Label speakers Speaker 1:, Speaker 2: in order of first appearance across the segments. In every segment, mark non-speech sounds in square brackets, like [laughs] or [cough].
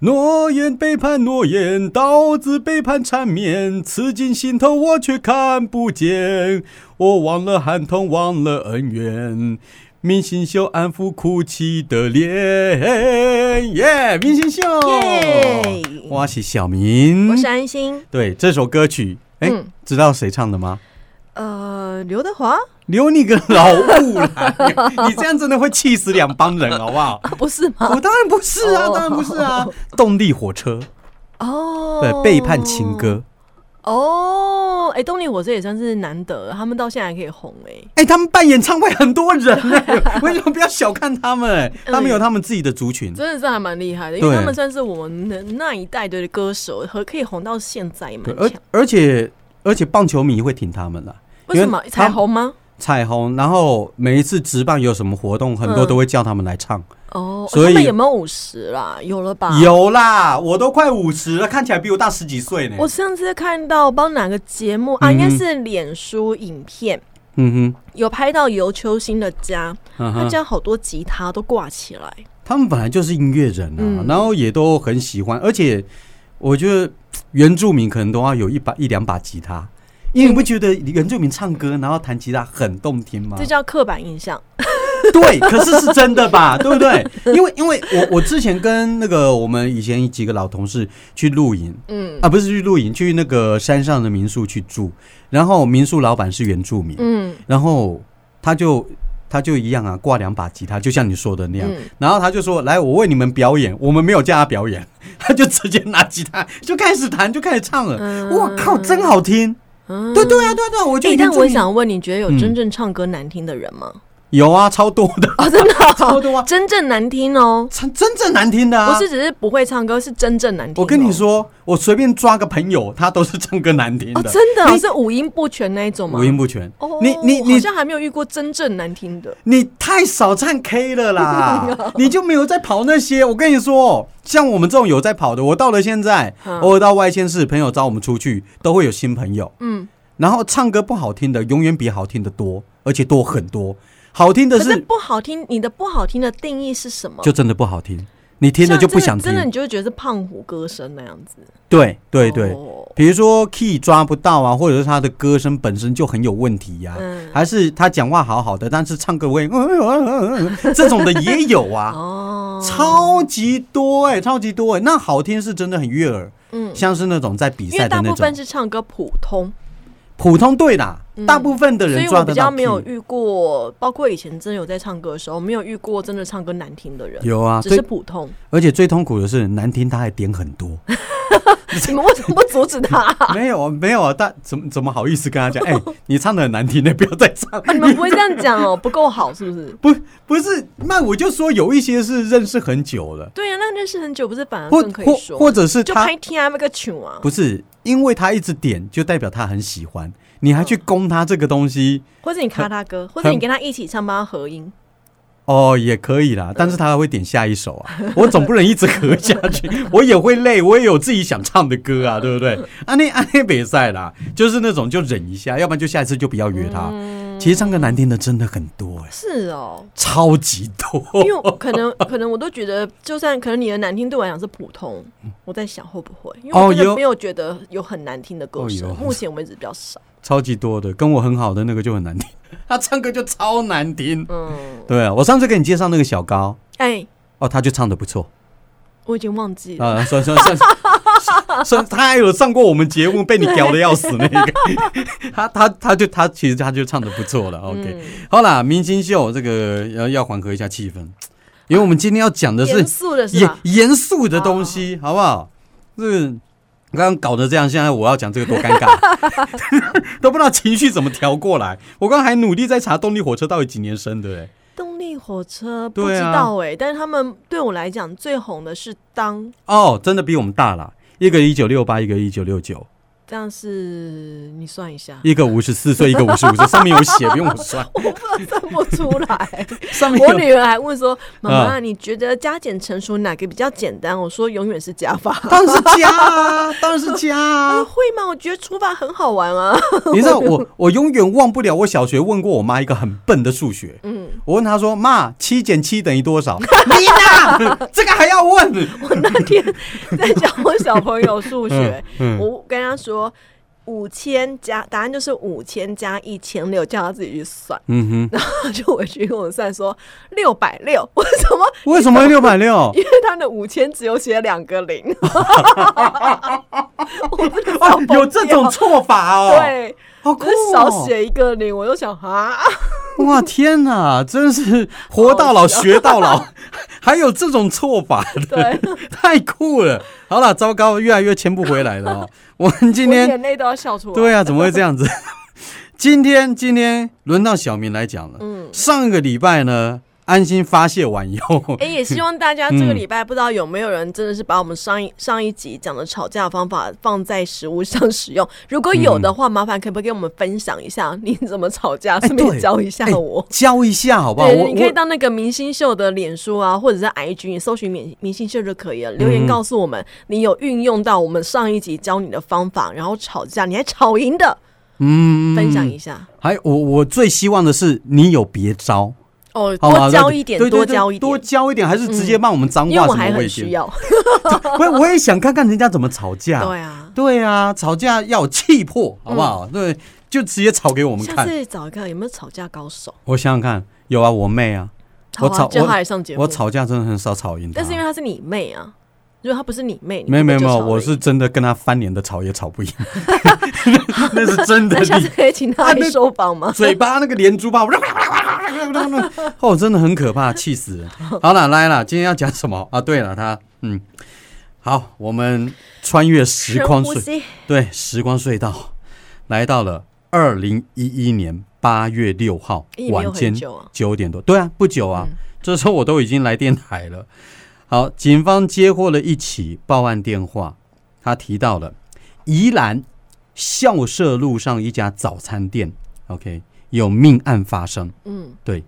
Speaker 1: 诺言背叛诺言，刀子背叛缠绵，刺进心头我却看不见。我忘了寒痛，忘了恩怨，明星秀安抚哭泣的脸。耶，明星秀，
Speaker 2: 耶
Speaker 1: 我是小明，
Speaker 2: 我是安心。
Speaker 1: 对这首歌曲，哎、
Speaker 2: 嗯
Speaker 1: 知道谁唱的吗？
Speaker 2: 呃，刘德华
Speaker 1: 留你个老物啦！你这样真的会气死两帮人，好不
Speaker 2: [laughs]
Speaker 1: 好？
Speaker 2: 不是吗？
Speaker 1: 我当然不是啊，
Speaker 2: 哦
Speaker 1: 当然不是啊！动力火车，
Speaker 2: 哦，
Speaker 1: 对，背叛情歌。
Speaker 2: 哦。哎、动力火车也算是难得，他们到现在还可以红哎、
Speaker 1: 哎、他们办演唱会很多人呢、 [laughs] 为什么不要小看他们、哎
Speaker 2: 嗯
Speaker 1: 他们有他们自己的族群。
Speaker 2: 真的是还蛮厉害的，因为
Speaker 1: 对
Speaker 2: 他们算是我们的那一代的歌手，和可以红到现在也蛮
Speaker 1: 对，而
Speaker 2: 强。
Speaker 1: 而且而且棒球迷会挺他们啦。
Speaker 2: 为什么
Speaker 1: 因为他
Speaker 2: 彩虹吗？
Speaker 1: 彩虹，然后每一次职棒有什么活动，很多
Speaker 2: 嗯
Speaker 1: 都会叫他们来唱。
Speaker 2: 哦，
Speaker 1: 所以
Speaker 2: 他们有没有五十啦？有了吧？。
Speaker 1: 有啦，我都快五十了，看起来比我大十几岁呢。
Speaker 2: 我上次看到帮哪个节目啊，
Speaker 1: 嗯
Speaker 2: 应该是脸书影片，
Speaker 1: 嗯
Speaker 2: 有拍到尤秋兴的家，
Speaker 1: 哼，嗯
Speaker 2: 他
Speaker 1: 哼。
Speaker 2: 家好多吉他都挂起来。
Speaker 1: 他们本来就是音乐人啊，
Speaker 2: 嗯
Speaker 1: 然后也都很喜欢，而且我觉得原住民可能都要有一把一两把吉他，因为你不觉得原住民唱歌然后弹吉他很动听吗
Speaker 2: 这？叫刻板印象。 [laughs]
Speaker 1: 对，可是是真的吧， [laughs] 对不对？因为因为我我之前跟那个我们以前几个老同事去露营
Speaker 2: 嗯
Speaker 1: 啊，不是去露营，去那个山上的民宿去住，然后民宿老板是原住民，
Speaker 2: 嗯
Speaker 1: 然后他就他就一样啊，挂两把吉他，就像你说的那样。
Speaker 2: 嗯
Speaker 1: 然后他就说：“来，我为你们表演。”我们没有叫他表演， [laughs] 他就直接拿吉他就开始弹，就开始唱了。
Speaker 2: 嗯
Speaker 1: 哇靠，真好听！
Speaker 2: 嗯
Speaker 1: 对对啊，对啊对啊，我就
Speaker 2: 哎
Speaker 1: 已经
Speaker 2: 但
Speaker 1: 证
Speaker 2: 我
Speaker 1: 明
Speaker 2: 想问，你觉得有
Speaker 1: 嗯
Speaker 2: 真正唱歌难听的人吗？
Speaker 1: 有啊，超多的，
Speaker 2: 哦，真的
Speaker 1: [laughs] 超
Speaker 2: 哦，
Speaker 1: 多啊，
Speaker 2: 真正难听哦，
Speaker 1: 真真正难听的
Speaker 2: 不
Speaker 1: 啊！
Speaker 2: 是只是不会唱歌，是真正难听。哦
Speaker 1: 我跟你，说，我随便抓个朋友，他都是唱歌难听
Speaker 2: 哦，
Speaker 1: 的，
Speaker 2: 真的哦
Speaker 1: 你
Speaker 2: 是五音不全那一种吗？
Speaker 1: 五音不全
Speaker 2: 哦。，
Speaker 1: 你你
Speaker 2: 我好
Speaker 1: 你
Speaker 2: 像还没有遇过真正难听的。
Speaker 1: 你太少唱 K 了啦，你就没有在跑那些。我跟你说，像我们这种有在跑的，我到了现在，
Speaker 2: 嗯
Speaker 1: 偶尔到外县市，朋友找我们出去，都会有新朋友。
Speaker 2: 嗯，
Speaker 1: 然后唱歌不好听的，永远比好听的多，而且多很多。好听的
Speaker 2: 可
Speaker 1: 是
Speaker 2: 是不好听，你的不好听的定义是什么？
Speaker 1: 就真的不好听，你听了
Speaker 2: 像
Speaker 1: 就不想
Speaker 2: 真的，真的
Speaker 1: 听。
Speaker 2: 你就会觉得是胖虎歌声那样子。
Speaker 1: 对对对，
Speaker 2: 哦
Speaker 1: 比如说 key 抓不到啊，或者是他的歌声本身就很有问题呀、
Speaker 2: 嗯
Speaker 1: 还是他讲话好好的，但是唱歌会、 [laughs] 嗯嗯嗯嗯这种的也有啊。
Speaker 2: [laughs] 哦，
Speaker 1: 超级多哎、超级多哎、那好听是真的很悦耳，
Speaker 2: 嗯，
Speaker 1: 像是那种在比
Speaker 2: 因
Speaker 1: 赛
Speaker 2: 为
Speaker 1: 的
Speaker 2: 大
Speaker 1: 那
Speaker 2: 部分
Speaker 1: 种
Speaker 2: 是唱歌普通，
Speaker 1: 普通队啦，大部分的
Speaker 2: 所
Speaker 1: 人
Speaker 2: 以
Speaker 1: 抓
Speaker 2: 我
Speaker 1: 得
Speaker 2: 比
Speaker 1: 到
Speaker 2: 较
Speaker 1: key。
Speaker 2: 没有遇过，包括以前真有在唱歌的时候，没有遇过真的唱歌难听的人，
Speaker 1: 有啊，
Speaker 2: 只是
Speaker 1: 最
Speaker 2: 普通。
Speaker 1: 而且最痛苦的是难听，他还点很
Speaker 2: [laughs]
Speaker 1: 多。
Speaker 2: 你们为什么不阻止他、 [laughs] 啊？
Speaker 1: 没有啊，没有啊，但怎么怎么好意思跟他讲？哎、你唱的很难听，你不要再唱。
Speaker 2: 你们不会这样讲哦，不够好是不是？
Speaker 1: 不不是，那我就说有一些是认识很久了，
Speaker 2: 对呀、啊那认识很久不是反而
Speaker 1: 或
Speaker 2: 更可以
Speaker 1: 或
Speaker 2: 说，
Speaker 1: 或者是
Speaker 2: 就
Speaker 1: 他
Speaker 2: 拍 T M 个群啊，
Speaker 1: 不是，因为他一直点，就代表他很喜欢，你还去攻他这个东西。
Speaker 2: 或者你卡他歌，或者你跟他一起唱帮他合音。
Speaker 1: 哦，也可以
Speaker 2: 呃
Speaker 1: 啦，但是他还会点下一首啊，我总不能一直咳下
Speaker 2: [laughs]
Speaker 1: 去，我也会累，我也有自己想唱的歌啊，对不对？啊那啊那比赛啦，就是那种就忍一下，要不然就下一次就不要约他。
Speaker 2: 嗯
Speaker 1: 其实唱歌难听的真的很多哎、
Speaker 2: 是哦，
Speaker 1: 超级多
Speaker 2: 因。为我可能 [laughs] 可能我都觉得，就算可能你的难听对我来讲是普通，我在想会不会，因为
Speaker 1: 嗯哦
Speaker 2: 我真
Speaker 1: 有
Speaker 2: 的没有觉得有很难听的歌
Speaker 1: 哦有
Speaker 2: 声，目前为止比较少。
Speaker 1: 超级多的，跟我很好的那个就很难听，他唱歌就超难听。
Speaker 2: 嗯，
Speaker 1: 对啊，我上次给你介绍那个小高，
Speaker 2: 哎，
Speaker 1: 哦，他就唱的不错
Speaker 2: 我已经忘记了。
Speaker 1: 啊，算算算算 [laughs] 算，他还有上过我们节目，被你屌的要死那个， [laughs] 他他他就他其实他就唱的不错了。OK，、好
Speaker 2: 嗯
Speaker 1: 啦，明星秀这个要要缓和一下气氛，因为我们今天要讲的是
Speaker 2: 严肃的是
Speaker 1: 严
Speaker 2: 吧？哦
Speaker 1: 严肃的东西，好不好？这个刚刚搞得这样，现在我要讲这个多尴尬， [laughs] 都不知道情绪怎么调过来。我刚刚还努力在查动力火车到底几年生的、欸，
Speaker 2: 动力火车不
Speaker 1: 对
Speaker 2: 知
Speaker 1: 啊
Speaker 2: 道哎、但是他们对我来讲最红的是当，
Speaker 1: 哦，真的比我们大啦，一个一九六八，一个一九六九，，
Speaker 2: 但是你算一下
Speaker 1: 一个五十四岁，一个五十五
Speaker 2: [laughs]
Speaker 1: 岁，上面有写，不用我算，
Speaker 2: 我不知道算不出
Speaker 1: [laughs]
Speaker 2: 来。
Speaker 1: 上面
Speaker 2: 我
Speaker 1: 有。啊
Speaker 2: 女儿还问说：“妈妈，你觉得加减乘除哪个比较简单？”我说：“永远是加法。
Speaker 1: [laughs] 当然是加啊， [laughs] 当然是加
Speaker 2: 她说
Speaker 1: 啊！
Speaker 2: 会吗？我觉得除法很好玩啊。
Speaker 1: 你知道我，我永远忘不了我小学问过我妈一个很笨的数学，
Speaker 2: 嗯，
Speaker 1: 我问他说：“妈，七减七等于多少？”你哪， [laughs] 这个还要问？
Speaker 2: 我 [laughs] 那天在教我小朋友数学，
Speaker 1: [laughs] 嗯
Speaker 2: 我跟他说五千加答案就是五千加一千六，叫他自己去算。 [laughs]
Speaker 1: 嗯哼，
Speaker 2: 然后他就回去跟我算说六百六， [laughs] 我怎么？
Speaker 1: 为什么会六百六？
Speaker 2: 因为他的五千只有写两个零， [laughs] 我真
Speaker 1: [laughs]
Speaker 2: 的
Speaker 1: 啊
Speaker 2: 笑，
Speaker 1: 有
Speaker 2: 疯
Speaker 1: 这
Speaker 2: 掉
Speaker 1: 种错法哦，，
Speaker 2: 对，
Speaker 1: 好酷
Speaker 2: 可是少
Speaker 1: 哦！
Speaker 2: 写一个零，我就想啊，
Speaker 1: 哇，天哪，真是活到老学到老， [laughs] 还有这种错法的，
Speaker 2: [laughs] 对，
Speaker 1: [laughs] 太酷了！好了，糟糕，越来越牵不回来了
Speaker 2: [laughs]
Speaker 1: 哦。我们今
Speaker 2: 我
Speaker 1: 天
Speaker 2: 眼泪都要笑出来。
Speaker 1: 对啊，怎么会这样子？ [laughs] 今天今天轮到小明来讲了。
Speaker 2: 嗯
Speaker 1: 上个礼拜呢，安心发泄完以后，
Speaker 2: 哎、也希望大家这个礼拜不知道有没有人真的是把我们上一上一集讲的吵架方法放在食物上使用。如果有的话，麻烦可不可以跟我们分享一下你怎么吵架，
Speaker 1: 嗯哎
Speaker 2: 顺便
Speaker 1: 对
Speaker 2: 教一下
Speaker 1: 哎
Speaker 2: 我。
Speaker 1: 教一下好不好？
Speaker 2: 对，
Speaker 1: 我
Speaker 2: 你可以
Speaker 1: 我
Speaker 2: 到那个明星秀的脸书啊，或者是 IG，你搜寻明明星秀就可以了。留
Speaker 1: 嗯
Speaker 2: 言告诉我们，你有运用到我们上一集教你的方法，然后吵架你还吵赢的，
Speaker 1: 嗯
Speaker 2: 分享一下
Speaker 1: 还我我最希望的是你有别招，
Speaker 2: 哦，
Speaker 1: 好吗
Speaker 2: 多教一点，
Speaker 1: 对对
Speaker 2: 多
Speaker 1: 对
Speaker 2: 教一
Speaker 1: 多
Speaker 2: 点，嗯
Speaker 1: 教一点，还是直接骂我们脏
Speaker 2: 因为
Speaker 1: 话
Speaker 2: 我
Speaker 1: 什
Speaker 2: 还
Speaker 1: 么
Speaker 2: 很
Speaker 1: 也行
Speaker 2: 需。要。
Speaker 1: [laughs] 我我也想看看人家怎么吵架。
Speaker 2: [laughs] 对啊，
Speaker 1: 对啊，吵架要有气魄，好不好？对，就直接吵 [laughs] 给我们
Speaker 2: 下
Speaker 1: 看。
Speaker 2: 次找一个有没有吵架高手。
Speaker 1: 我想想看，有啊，我妹啊，
Speaker 2: 好
Speaker 1: 我吵
Speaker 2: 啊，叫
Speaker 1: 我
Speaker 2: 他来上节目。
Speaker 1: 我，吵架真的很少吵赢她。
Speaker 2: 但是因为她是你妹啊，如果她不是你妹，你
Speaker 1: 没有没有
Speaker 2: 根
Speaker 1: 没
Speaker 2: 本
Speaker 1: 有，
Speaker 2: 就吵
Speaker 1: 我
Speaker 2: 而已
Speaker 1: 是真的跟她翻脸的吵也吵不赢，那是真的
Speaker 2: 那下次
Speaker 1: 力。
Speaker 2: 可以请她来收房吗？
Speaker 1: 嘴巴那个连珠炮，哦，真的很可怕，气死人。好了，来了，今天要讲什么啊？对了，他嗯，好，我们穿越时
Speaker 2: 深
Speaker 1: 光
Speaker 2: 呼
Speaker 1: 隧，
Speaker 2: 吸，
Speaker 1: 对，时光隧道，来到了二零一一年八月六号
Speaker 2: 也没有
Speaker 1: 晚间
Speaker 2: 很久啊。嗯
Speaker 1: 九点多，对啊，不久啊，这时候我都已经来电台了。好，警方接获了一起报案电话，他提到了宜兰校舍路上一家早餐店，OK，有命案发生。
Speaker 2: 嗯
Speaker 1: 对，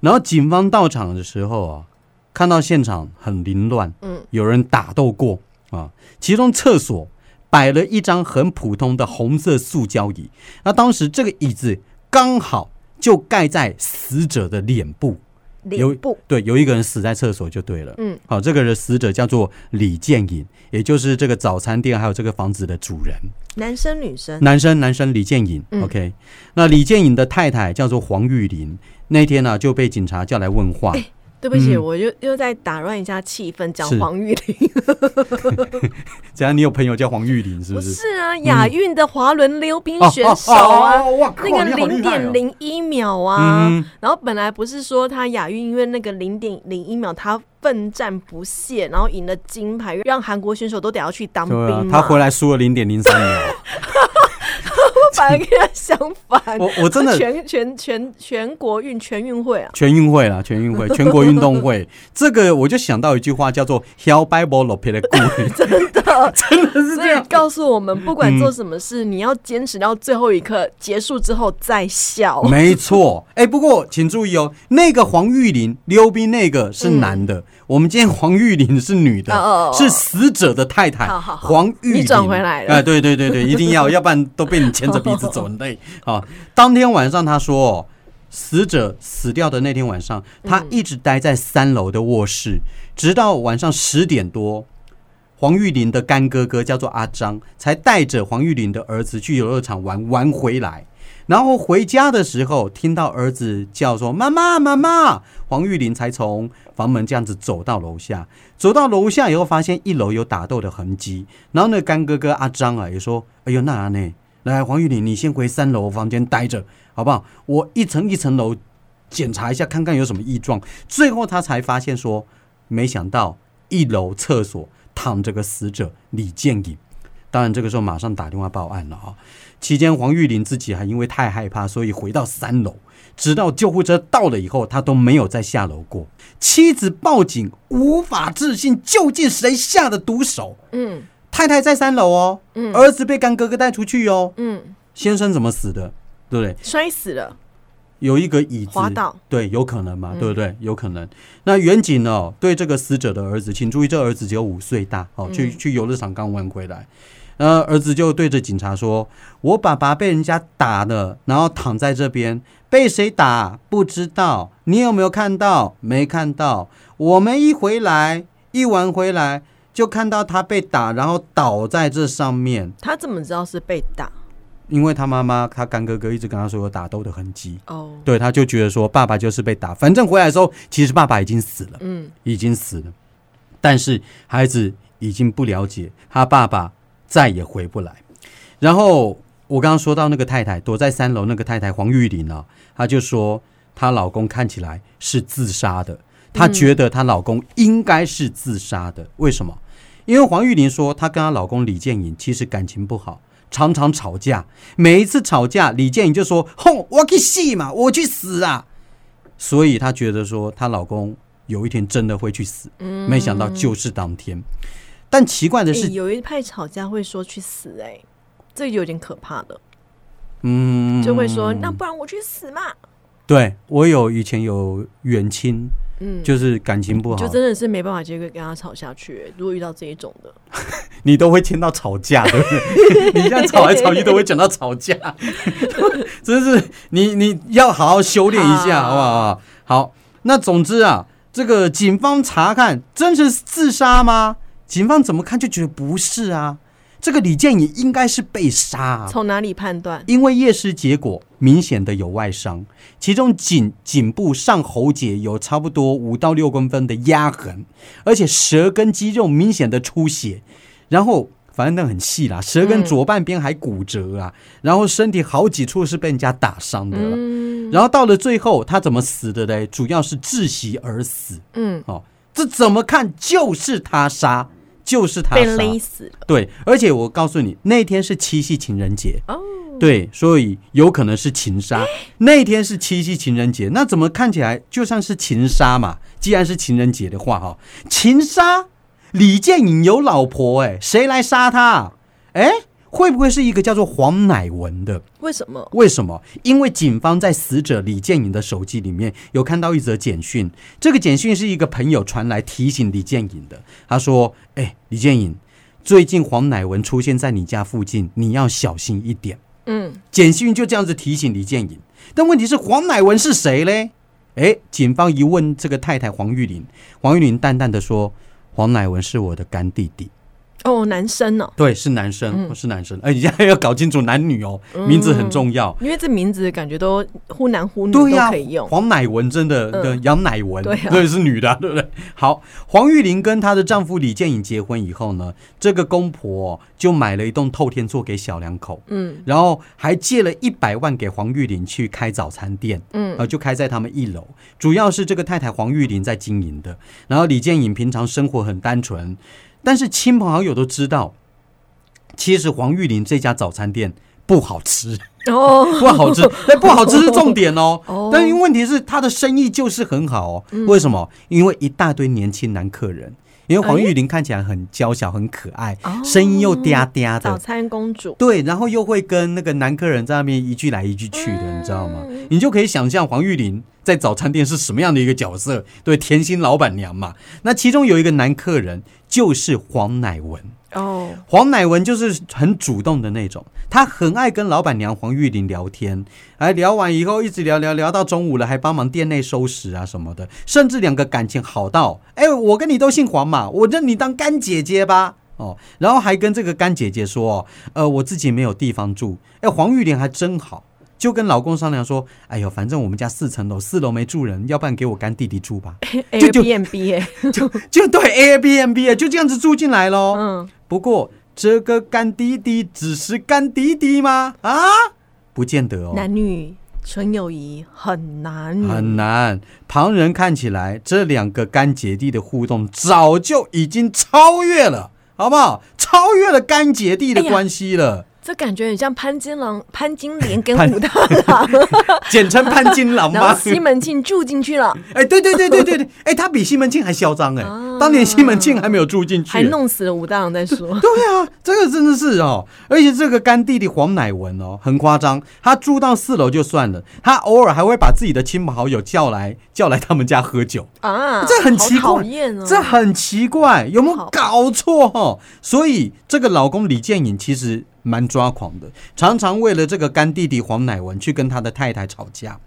Speaker 1: 然后警方到场的时候啊，看到现场很凌乱，
Speaker 2: 嗯，
Speaker 1: 有人打斗过啊，其中厕所摆了一张很普通的红色塑胶椅，那当时这个椅子刚好就盖在死者的脸部，有
Speaker 2: 脸部
Speaker 1: 对，有一个人死在厕所就对了。
Speaker 2: 嗯，
Speaker 1: 好，这个人死者叫做李建颖，也就是这个早餐店还有这个房子的主人，
Speaker 2: 男生女生，
Speaker 1: 男生，男生李建颖。
Speaker 2: 嗯
Speaker 1: OK，那李建颖的太太叫做黄玉玲，那天呢、就被警察叫来问
Speaker 2: 哎
Speaker 1: 话。
Speaker 2: 对不起，
Speaker 1: 嗯
Speaker 2: 我又又在打乱一下气氛，讲
Speaker 1: 是
Speaker 2: 黄玉玲，
Speaker 1: 怎样？你有朋友叫黄玉玲是不是？
Speaker 2: 是啊，亚运的滑轮溜冰选手啊。
Speaker 1: 哦，哇靠
Speaker 2: 那个
Speaker 1: 你好厉
Speaker 2: 零
Speaker 1: 害哦
Speaker 2: 点零一秒啊，
Speaker 1: 嗯
Speaker 2: 然后本来不是说他亚运，因为那个零点零一秒他奋战不懈，然后赢了金牌，让韩国选手都得要去当兵
Speaker 1: 对
Speaker 2: 嘛。
Speaker 1: 啊，他回来输了零点零三秒。
Speaker 2: 反而跟他相 [laughs] 反。
Speaker 1: 我我真的
Speaker 2: 全全全全国运全运会啊，
Speaker 1: 全运会啦，全运会，全国运动
Speaker 2: [laughs]
Speaker 1: 会，这个我就想到一句话叫做 “Hell Bible l o p e 的故
Speaker 2: [laughs]
Speaker 1: 事”，真的， [laughs] 真的是
Speaker 2: 所
Speaker 1: 这
Speaker 2: 以
Speaker 1: 样。
Speaker 2: 告诉我们，不管做什么事，你要坚持到最后一刻，结束之后再笑。
Speaker 1: 没错，哎、不过请注意哦，那个黄玉玲溜冰那个是男的，我们今天黄玉玲是女的，
Speaker 2: 嗯哦哦哦
Speaker 1: 是死者的太太
Speaker 2: 好好好
Speaker 1: 黄玉玲。
Speaker 2: 你转回来了
Speaker 1: 哎、对对对对，一定要，要不然都被你牵着鼻子走，很
Speaker 2: [laughs]
Speaker 1: 累啊。当天晚上他说、哦，死者死掉的那天晚上，他一直待在三楼的卧室，直到晚上十点多，黄玉玲的干哥哥叫做阿张，才带着黄玉玲的儿子去游乐场玩，玩回来。然后回家的时候，听到儿子叫说“妈妈，妈妈”，黄玉玲才从房门这样子走到楼下。走到楼下以后，发现一楼有打斗的痕迹。然后那干哥哥阿张啊，也说：“哎呦，那啊呢？来，黄玉玲，你先回三楼房间待着，好不好？我一层一层楼检查一下，看看有什么异状。”最后他才发现说，没想到一楼厕所躺着个死者李建颖。当然，这个时候马上打电话报案了啊、期间，黄玉玲自己还因为太害怕，所以回到三楼，直到救护车到了以后，她都没有再下楼过。妻子报警，无法置信，究竟谁下的毒手？
Speaker 2: 嗯
Speaker 1: 太太在三楼哦，
Speaker 2: 嗯
Speaker 1: 儿子被干哥哥带出去哦，
Speaker 2: 嗯，
Speaker 1: 先生怎么死的？对不对？
Speaker 2: 摔死了，
Speaker 1: 有一个椅子
Speaker 2: 滑倒，
Speaker 1: 对，有可能嘛，
Speaker 2: 嗯
Speaker 1: 对不对？有可能。那远景哦，对这个死者的儿子，请注意，这儿子只有五岁大哦，去
Speaker 2: 嗯
Speaker 1: 去游乐场刚玩回来。呃，儿子就对着警察说：“我爸爸被人家打的，然后躺在这边，被谁打不知道。你有没有看到？没看到。我们一回来，一玩回来就看到他被打，然后倒在这上面，
Speaker 2: 他怎么知道是被打？
Speaker 1: 因为他妈妈、他干哥哥一直跟他说有打斗的痕迹。”
Speaker 2: 哦，
Speaker 1: 对，他就觉得说爸爸就是被打，反正回来的时候，其实爸爸已经死了，
Speaker 2: 嗯，
Speaker 1: 已经死了，但是孩子已经不了解他爸爸再也回不来。然后我刚刚说到那个太太躲在三楼那个太太黄玉玲啊，她就说她老公看起来是自杀的，她觉
Speaker 2: 嗯
Speaker 1: 得她老公应该是自杀的，为什么？因为黄玉玲说她跟她老公李建颖其实感情不好。常常吵架，每一次吵架，李建颖就说：“哼，我去死嘛，我去死啊！”所以她觉得说她老公有一天真的会去死，
Speaker 2: 嗯
Speaker 1: 没想到就是当天。但奇怪的
Speaker 2: 诶
Speaker 1: 是，
Speaker 2: 有一派吵架会说去死、哎，这有点可怕的，
Speaker 1: 嗯，
Speaker 2: 就会说、那不然我去死嘛，
Speaker 1: 对我有以前有远亲，
Speaker 2: 嗯，
Speaker 1: 就是感情不好，
Speaker 2: 就真的是没办法继续跟他吵下去、哎如果遇到这一种的，
Speaker 1: 你都会听到吵架，对不对？ [laughs] 你这样吵来吵去都会讲到吵架， [laughs] 真是你你要好好修炼一下，
Speaker 2: 好
Speaker 1: 好不好？好，那总之啊，这个警方查看真是自杀吗？警方怎么看就觉得不是啊，这个李建颖应该是被杀、啊，
Speaker 2: 从哪里判断？
Speaker 1: 因为验尸结果明显的有外伤，其中颈颈部上喉结有差不多五到六公分的压痕，而且舌根肌肉明显的出血，然后反正那很细啦，舌根左半边还骨折啊，然后身体好几处是被人家打伤的了，
Speaker 2: 嗯
Speaker 1: 然后到了最后他怎么死的嘞？主要是窒息而死
Speaker 2: 嗯，
Speaker 1: 哦，这怎么看就是他杀，就是他
Speaker 2: 被
Speaker 1: 杀，
Speaker 2: 勒死了
Speaker 1: 对，而且我告诉你，那天是七夕情人节。
Speaker 2: 哦，
Speaker 1: 对，所以有可能是情杀。那一天是七夕情人节，那怎么看起来就像是情杀嘛？既然是情人节的话，哈，情杀，李建颖有老婆、哎，谁来杀他？哎，会不会是一个叫做黄乃文的？
Speaker 2: 为什么？
Speaker 1: 为什么？因为警方在死者李建颖的手机里面有看到一则简讯，这个简讯是一个朋友传来提醒李建颖的。他说：“哎、李建颖，最近黄乃文出现在你家附近，你要小心一点。”
Speaker 2: 嗯，
Speaker 1: 简讯就这样子提醒李建颖。但问题是黄乃文是谁嘞？哎，警方一问这个太太黄玉玲，黄玉玲淡淡的说：“黄乃文是我的干弟弟，
Speaker 2: 哦，男生哦，
Speaker 1: 对，是男生，是男生。哎，你现在要搞清楚男女哦，名字很重要。
Speaker 2: 因为这名字感觉都忽男忽女都
Speaker 1: 对呀、
Speaker 2: 可以用。
Speaker 1: 黄乃文真的，
Speaker 2: 嗯
Speaker 1: 对，杨乃文，
Speaker 2: 对啊
Speaker 1: 是女的啊、 [laughs] 对不对？好，黄玉玲跟她的丈夫李建颖结婚以后呢，这个公婆哦就买了一栋透天厝给小两口，
Speaker 2: 嗯
Speaker 1: 然后还借了一百万给黄玉玲去开早餐店，
Speaker 2: 嗯
Speaker 1: 呃，就开在他们一楼，主要是这个太太黄玉玲在经营的。然后李建颖平常生活很单纯，但是亲朋好友都知道，其实黄玉玲这家早餐店不好吃，
Speaker 2: 哦，
Speaker 1: 不好吃，
Speaker 2: [laughs]
Speaker 1: 那不好吃是重点哦。
Speaker 2: 哦嗯
Speaker 1: 但因为问题是，他的生意就是很好哦。为什么？因为一大堆年轻男客人。因为黄玉玲看起来很娇小、很可爱，
Speaker 2: 哦
Speaker 1: 声音又嗲嗲的
Speaker 2: 早，餐公主，
Speaker 1: 对，然后又会跟那个男客人在那边一句来一句去的，你知道吗
Speaker 2: 嗯？
Speaker 1: 你就可以想象黄玉玲在早餐店是什么样的一个角色，对，甜心老板娘嘛。那其中有一个男客人就是黄乃文，
Speaker 2: 哦，
Speaker 1: 黄乃文就是很主动的那种，他很爱跟老板娘黄玉玲聊天，哎，聊完以后一直聊聊聊到中午了，还帮忙店内收拾啊什么的，甚至两个感情好到，哎，我跟你都姓黄嘛，我认你当干姐姐吧。哦，然后还跟这个干姐姐说、哦，呃，我自己没有地方住，哎，黄玉玲还真好，就跟老公商量说，哎呦，反正我们家四层楼，四楼没住人，要不然给我干弟弟住吧，就就
Speaker 2: Airbnb，哎
Speaker 1: 就对 Airbnb 啊就这样子住进来喽。
Speaker 2: 嗯，
Speaker 1: 不过这个干弟弟只是干弟弟吗？啊，不见得哦，
Speaker 2: 男女纯友谊很难，
Speaker 1: 很难。旁人看起来，这两个干姐弟的互动早就已经超越了，好不好？超越了干姐弟的关系了。
Speaker 2: 这感觉很像潘金郎、 [laughs] 潘金莲跟武大
Speaker 1: [laughs]
Speaker 2: 郎，
Speaker 1: 简称潘金郎
Speaker 2: [laughs] 然后
Speaker 1: 吗？
Speaker 2: 西门庆住进去了，
Speaker 1: 哎，对对对对对对，哎，他比西门庆还嚣张哎、当年西门庆还没有住进去，
Speaker 2: 啊还弄死了武大郎
Speaker 1: [laughs]
Speaker 2: 再说。
Speaker 1: 对啊，这个真的是哦，而且这个干弟弟黄乃文哦，很夸张，他住到四楼就算了，他偶尔还会把自己的亲朋好友叫来，叫来他们家喝酒，
Speaker 2: 啊，
Speaker 1: 这很奇怪
Speaker 2: 好讨厌哦，
Speaker 1: 这很奇怪，有没有
Speaker 2: 好
Speaker 1: 搞错哦？所以这个老公李建颖其实蛮抓狂的，常常为了这个干弟弟黄乃文去跟他的太太吵架。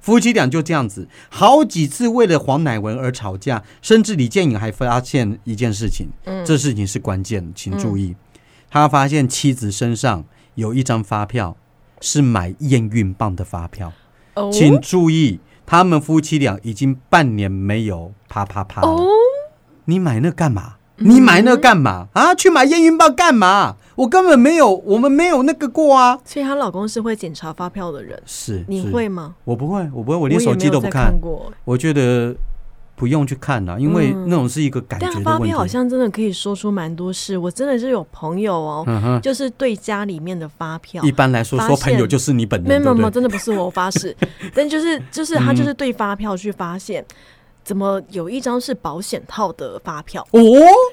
Speaker 1: 夫妻俩就这样子，好几次为了黄乃文而吵架，甚至李建颖还发现一件事情，
Speaker 2: 嗯
Speaker 1: 这事情是关键，请注意，他发现妻子身上有一张发票是买验孕棒的发票，
Speaker 2: 哦
Speaker 1: 请注意，他们夫妻俩已经半年没有啪啪啪了。
Speaker 2: 哦，嗯
Speaker 1: 你买那干嘛？你买那干嘛、啊？去买验孕棒干嘛？我根本没有，我们没有那个过啊。
Speaker 2: 所以她老公是会检查发票的人，
Speaker 1: 是，
Speaker 2: 你
Speaker 1: 是？
Speaker 2: 会吗？
Speaker 1: 我不会，我不会，我
Speaker 2: 我
Speaker 1: 连
Speaker 2: 也
Speaker 1: 手
Speaker 2: 没
Speaker 1: 机
Speaker 2: 有
Speaker 1: 都不
Speaker 2: 再
Speaker 1: 看。
Speaker 2: 看过，
Speaker 1: 我觉得不用去看了、因为
Speaker 2: 嗯
Speaker 1: 那种是一个感觉
Speaker 2: 但
Speaker 1: 的
Speaker 2: 发
Speaker 1: 问
Speaker 2: 票好
Speaker 1: 题。
Speaker 2: 像真的可以说出蛮多事。我真的是有朋友
Speaker 1: [laughs]
Speaker 2: 哦，
Speaker 1: 嗯哼，
Speaker 2: 就是对家里面的发票
Speaker 1: 一。般来说，
Speaker 2: 发
Speaker 1: 说朋友
Speaker 2: 现
Speaker 1: 就是你本
Speaker 2: 没有
Speaker 1: 人，
Speaker 2: 没
Speaker 1: 对
Speaker 2: 有，没
Speaker 1: 不对？
Speaker 2: 有
Speaker 1: 嗯
Speaker 2: 真的不是我发
Speaker 1: [laughs]
Speaker 2: 誓，但就是就是他就是对发票去发现，怎么有一张是保险套的发票，
Speaker 1: 哦，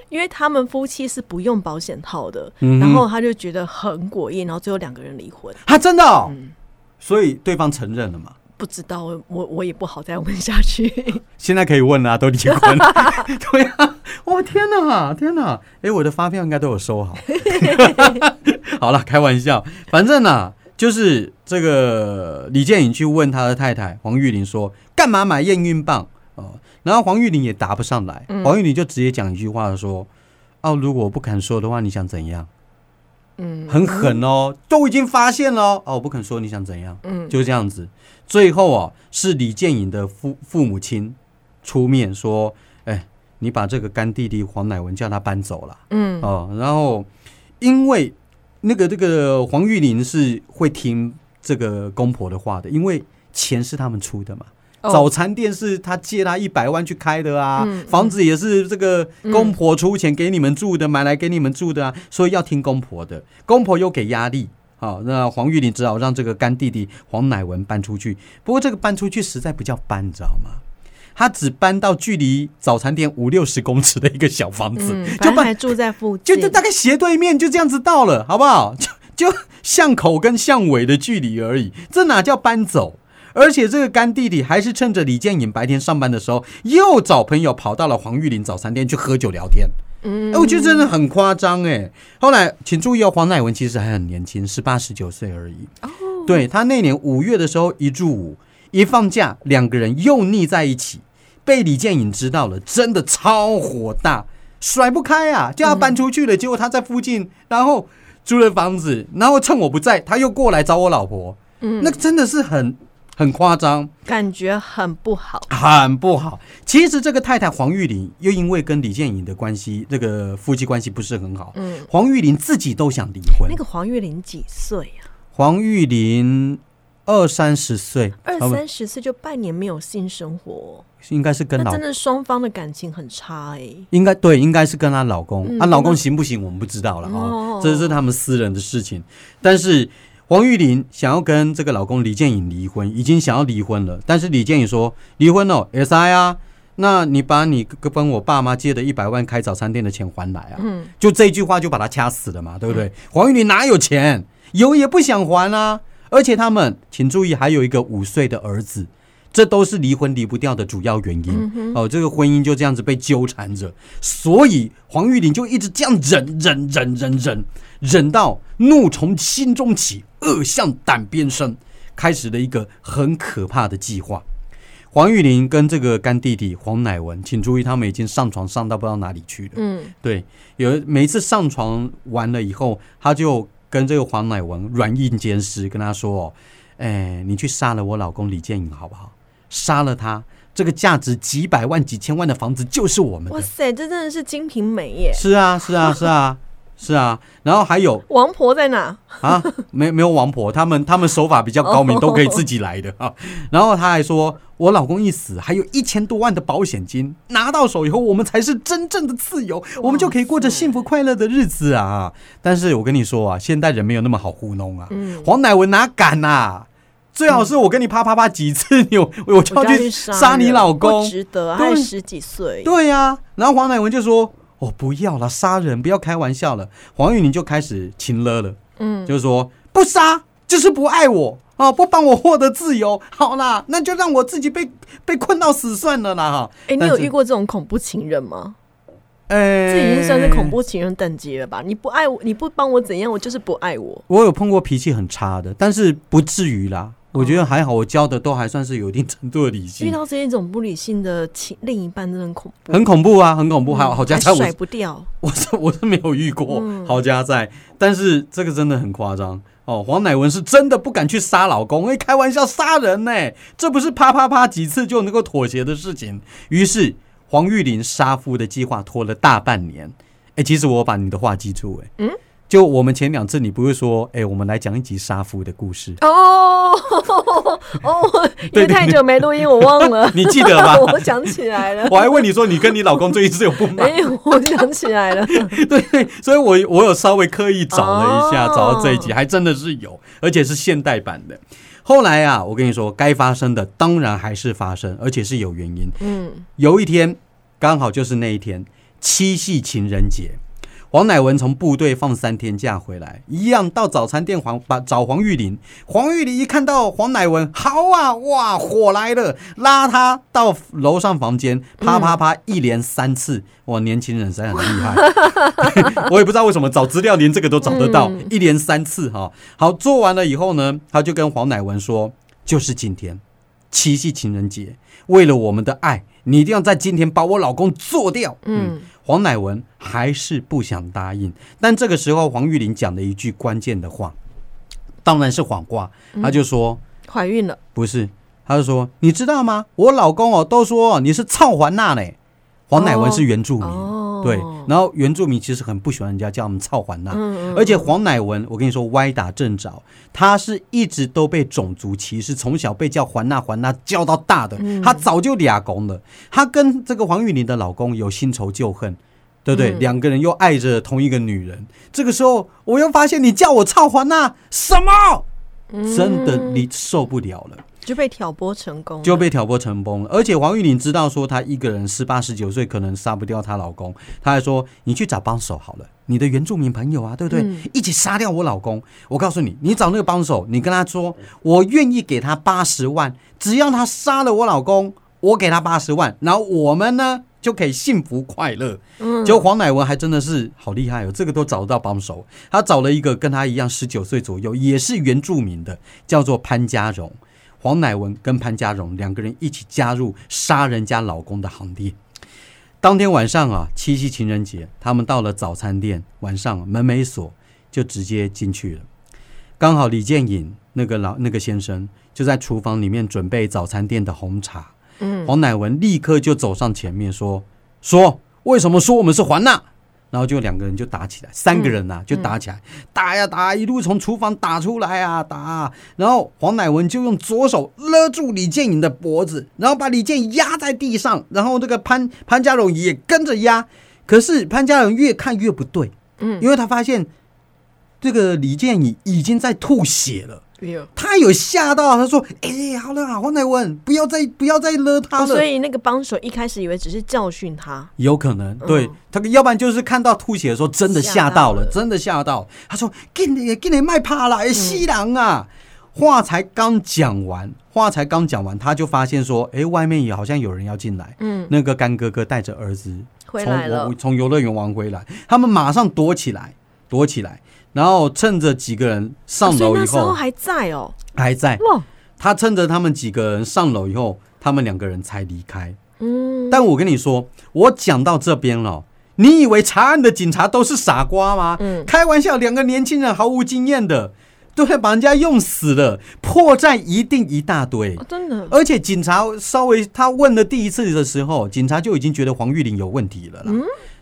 Speaker 2: 因为他们夫妻是不用保险套的，
Speaker 1: 嗯哼
Speaker 2: 然后他就觉得很诡异，然后最后两个人离婚。
Speaker 1: 他真的、哦
Speaker 2: 嗯
Speaker 1: 所以对方承认了嘛？
Speaker 2: 不知道，我我我也不好再问下
Speaker 1: [laughs]
Speaker 2: 去。
Speaker 1: 现在可以问啦、都离婚了。对啊，哇天哪，天哪！哎，我的发票应该都有收好。好了，开玩笑，反正呢、啊就是这个李建颖去问他的太太黄玉玲说，干嘛买验孕棒？哦，然后黄玉玲也答不上来，黄玉玲就直接讲一句话说：“哦，如果我不肯说的话，你想怎样？”
Speaker 2: 嗯
Speaker 1: 很狠哦，都已经发现了哦，哦我不肯说，你想怎样？
Speaker 2: 嗯，
Speaker 1: 就这样子。最后啊，是李建颖的父父母亲出面说：“哎，你把这个干弟弟黄乃文叫他搬走了。”
Speaker 2: 嗯
Speaker 1: 哦，然后因为那个这个黄玉玲是会听这个公婆的话的，因为钱是他们出的嘛。
Speaker 2: 哦
Speaker 1: 早餐店是他借他一百万去开的啊，
Speaker 2: 嗯
Speaker 1: 房子也是这个公婆出钱给你们住的，买来给你们住的啊，所以要听公婆的，公婆又给压力。好、那黄玉玲只好让这个干弟弟黄乃文搬出去。不过这个搬出去实在不叫搬，你知道吗？他只搬到距离早餐店五六十公尺的一个小房子，
Speaker 2: 嗯，
Speaker 1: 就
Speaker 2: 反正
Speaker 1: 搬
Speaker 2: 还住在附
Speaker 1: 就
Speaker 2: 近，
Speaker 1: 就大概斜对面就这样子到了，好不好？ [laughs] 就就巷口跟巷尾的距离而已，这哪叫搬走？而且这个干弟弟还是趁着李建颖白天上班的时候，又找朋友跑到了黄玉林早餐店去喝酒聊天。
Speaker 2: 嗯
Speaker 1: 哎、我觉得真的很夸张哎。后来，请注意哦，黄乃文其实还很年轻，十八十九岁而已。
Speaker 2: 哦
Speaker 1: 对他那年五月的时候一入伍，一放假，两个人又腻在一起，被李建颖知道了，真的超火大，甩不开
Speaker 2: 嗯
Speaker 1: 啊，叫他搬出去了，结果他在附近，然后租了房子，然后趁我不在，他又过来找我老婆，嗯，那真的是很很夸张。
Speaker 2: 感觉很不好。
Speaker 1: 很不好。其实这个太太黄玉玲又因为跟李建颖的关系，这个夫妻关系不是很好，
Speaker 2: 嗯，
Speaker 1: 黄玉玲自己都想离婚。
Speaker 2: 那个黄玉玲几岁啊呀、
Speaker 1: 黄玉玲二三十岁，
Speaker 2: 二
Speaker 1: 差不多
Speaker 2: 三十岁就半年没有性生活哦、
Speaker 1: 应该是跟
Speaker 2: 那
Speaker 1: 老
Speaker 2: 真。的双方的感情很差哎、
Speaker 1: 应该对，应该是跟她老公、
Speaker 2: 嗯
Speaker 1: 啊，
Speaker 2: 跟
Speaker 1: 老
Speaker 2: 她
Speaker 1: 公行不行我们不知道了啊、
Speaker 2: 哦
Speaker 1: 这是他们私人的事情。但是黄玉玲想要跟这个老公李建颖离婚，已经想要离婚了，但是李建颖说离婚哦，S I 啊，那你把你跟跟我爸妈借的一百万开早餐店的钱还来啊，
Speaker 2: 嗯，
Speaker 1: 就这句话就把他掐死了嘛，对不对？黄玉玲哪有钱？有也不想还啊！而且他们，请注意，还有一个五岁的儿子，这都是离婚离不掉的主要原因。哦，这个婚姻就这样子被纠缠着，所以黄玉玲就一直这样忍忍忍忍忍，忍到怒从心中起，恶向胆边生，开始了一个很可怕的计划。黄玉玲跟这个干弟弟黄乃文，请注意，他们已经上床上到不知道哪里去了。
Speaker 2: 嗯，
Speaker 1: 对，有每一次上床完了以后，他就跟这个黄乃文软硬兼施，跟他说：“哦，哎，你去杀了我老公李建颖好不好？杀了他，这个价值几百万、几千万的房子就是我们
Speaker 2: 哇
Speaker 1: 的。
Speaker 2: 塞，这真的是《金瓶梅》耶！
Speaker 1: 是啊，是啊，是啊。是啊，然后还有
Speaker 2: 王婆
Speaker 1: [laughs]
Speaker 2: 在哪？
Speaker 1: 啊，没没有王婆，他们他们手法比较高明，
Speaker 2: 哦
Speaker 1: 都可以自己来的啊。然后他还说，我老公一死，还有一千多万的保险金拿到手以后，我们才是真正的自由，我们就可以过着幸福快乐的日子啊。但是我跟你说啊，现代人没有那么好糊弄啊，黄乃文哪敢呐、啊？最好是我跟你啪啪啪几次，你我我就
Speaker 2: 我
Speaker 1: 要
Speaker 2: 就要去
Speaker 1: 去哦杀你
Speaker 2: 人
Speaker 1: 老公
Speaker 2: 不，值得啊，
Speaker 1: 对
Speaker 2: 还十几岁，
Speaker 1: 对呀、然后黄乃文就说：“我、不要了，杀人不要开玩笑了。”黄玉宁就开始情了了，
Speaker 2: 嗯，
Speaker 1: 就是说不杀就是不爱我啊，不帮我获得自由，好啦，那就让我自己被被困到死算了啦哈。
Speaker 2: 哎、你有
Speaker 1: 但是
Speaker 2: 遇过这种恐怖情人吗？
Speaker 1: 呃
Speaker 2: 这已经算是恐。怖情人等级了吧？你不爱我，你不帮我怎样，我就是不爱我。
Speaker 1: 我有碰过脾气很差的，但是不至于啦。我
Speaker 2: 哦
Speaker 1: 觉得还好，我教的都还算是有一定程度的理
Speaker 2: 遇
Speaker 1: 性，
Speaker 2: 到这一种不理性的情另一半，真的很恐怖。
Speaker 1: 很恐怖啊，很恐怖。还
Speaker 2: 嗯
Speaker 1: 好加
Speaker 2: 还
Speaker 1: 在我
Speaker 2: 甩不掉，
Speaker 1: 我是我是没有遇过好家在，但是这个真的很夸张哦。黄乃文是真的不敢去杀老公，因为开玩笑杀人呢、这不是啪啪啪几次就能够妥协的事情。于是黄玉玲杀夫的计划拖了大半年。哎、其实我把你的话记住、哎，嗯，就我们前两次你不是说，哎、我们来讲一集杀夫的故事，
Speaker 2: [laughs] 哦哦，因
Speaker 1: 对对
Speaker 2: 为太久没录音，我忘了
Speaker 1: [laughs] 。你记得吧？
Speaker 2: [laughs] 我想起来了，
Speaker 1: 我还问你说，你跟你老公最近是有不满？
Speaker 2: [laughs] 哎、我想起来了， [laughs]
Speaker 1: [laughs] 对，所以我我有稍微刻意找了一下，
Speaker 2: 哦
Speaker 1: 找到这一集，还真的是有，而且是现代版的。后来啊，我跟你说，该发生的当然还是发生，而且是有原因。
Speaker 2: 嗯，
Speaker 1: 有一天，刚好就是那一天，七夕情人节，黄乃文从部队放三天假回来，一样到早餐店黄把找黄玉玲。黄玉玲一看到黄乃文，好啊，哇，火来了，拉他到楼上房间，啪啪啪，一连三次。哇，年轻人实在很厉害， [laughs] 我也不知道为什么找资料连这个都找得到，一连三次哈、好，做完了以后呢，他就跟黄乃文说，就是今天。七夕情人节，为了我们的爱，你一定要在今天把我老公做掉。嗯，黄乃文还是不想答应，但这个时候黄玉玲讲了一句关键的话，当然是谎话，她就说、
Speaker 2: 怀孕了，
Speaker 1: 不是，她就说你知道吗？我老公哦都说你是操环娜嘞。黄乃文是原住民，
Speaker 2: 哦
Speaker 1: 对，然后原住民其实很不喜欢人家叫我们操环娜，
Speaker 2: 嗯，
Speaker 1: 而且黄乃文，我跟你说歪打正着，他是一直都被种族歧视，从小被叫环娜环娜叫到大的，
Speaker 2: 嗯
Speaker 1: 他早就俩公了。他跟这个黄玉玲的老公有新仇旧恨，对不
Speaker 2: 嗯
Speaker 1: 对？两个人又爱着同一个女人，这个时候我又发现你叫我操环娜什么？
Speaker 2: 嗯
Speaker 1: 真的你受不了了，
Speaker 2: 就被挑拨成功了，
Speaker 1: 就被挑拨成功了。而且黄玉玲知道说她一个人十八十九岁可能杀不掉她老公，她还说你去找帮手好了，你的原住民朋友啊，对不对？一起杀掉我老公。我告诉你，你找那个帮手，你跟他说我愿意给他八十万，只要他杀了我老公，我给他八十万，然后我们呢？就可以幸福快乐。嗯，结果黄乃文还真的是好厉害哦，这个都找得到帮手。他找了一个跟他一样十九岁左右，也是原住民的，叫做潘家荣。黄乃文跟潘家荣两个人一起加入杀人家老公的行列。当天晚上啊，七夕情人节，他们到了早餐店，晚上啊门没锁，就直接进去了。刚好李建颖那个老那个先生就在厨房里面准备早餐店的红茶。嗯，黄乃文立刻就走上前面说：“说为什么说我们是环娜？”然后就两个人就打起来，三个人呐、就打起来，打呀打，一路从厨房打出来啊打啊然后黄乃文就用左手勒住李建颖的脖子，然后把李建颖压在地上，然后这个潘潘家荣也跟着压。可是潘家荣越看越不对，嗯，因为他发现这个李建颖已经在吐血了。
Speaker 2: 哎呦
Speaker 1: 他有吓到，他说：“哎、好了啊，黄乃文，不要再不要再勒他了。
Speaker 2: 哦所以那个帮手一开始以为只是教训他，
Speaker 1: 有可能，对、
Speaker 2: 嗯
Speaker 1: 他，要不然就是看到吐血的时候真的吓到了，
Speaker 2: 吓到了嗯
Speaker 1: 真的吓到。他说：“给你给你卖怕啦，西狼啊！”话才刚讲完，话才刚讲完，他就发现说：“哎，外面也好像有人要进来。”
Speaker 2: 嗯，
Speaker 1: 那个干哥哥带着儿子
Speaker 2: 回
Speaker 1: 从
Speaker 2: 来了
Speaker 1: 我从游乐园玩回来，他们马上躲起来，躲起来，然后趁着几个人上
Speaker 2: 哦所以
Speaker 1: 楼以
Speaker 2: 那时候
Speaker 1: 后
Speaker 2: 还在哦，
Speaker 1: 还在，
Speaker 2: 哇，
Speaker 1: 他趁着他们几个人上楼以后，他们两个人才离开。
Speaker 2: 嗯，
Speaker 1: 但我跟你说，我讲到这边了，你以为查案的警察都是傻瓜吗？
Speaker 2: 嗯
Speaker 1: 开玩笑，两个年轻人毫无经验的，都会把人家用死了，破绽一定一大堆
Speaker 2: 哦。真的，
Speaker 1: 而且警察稍微他问了第一次的时候，警察就已经觉得黄玉玲有问题了啦。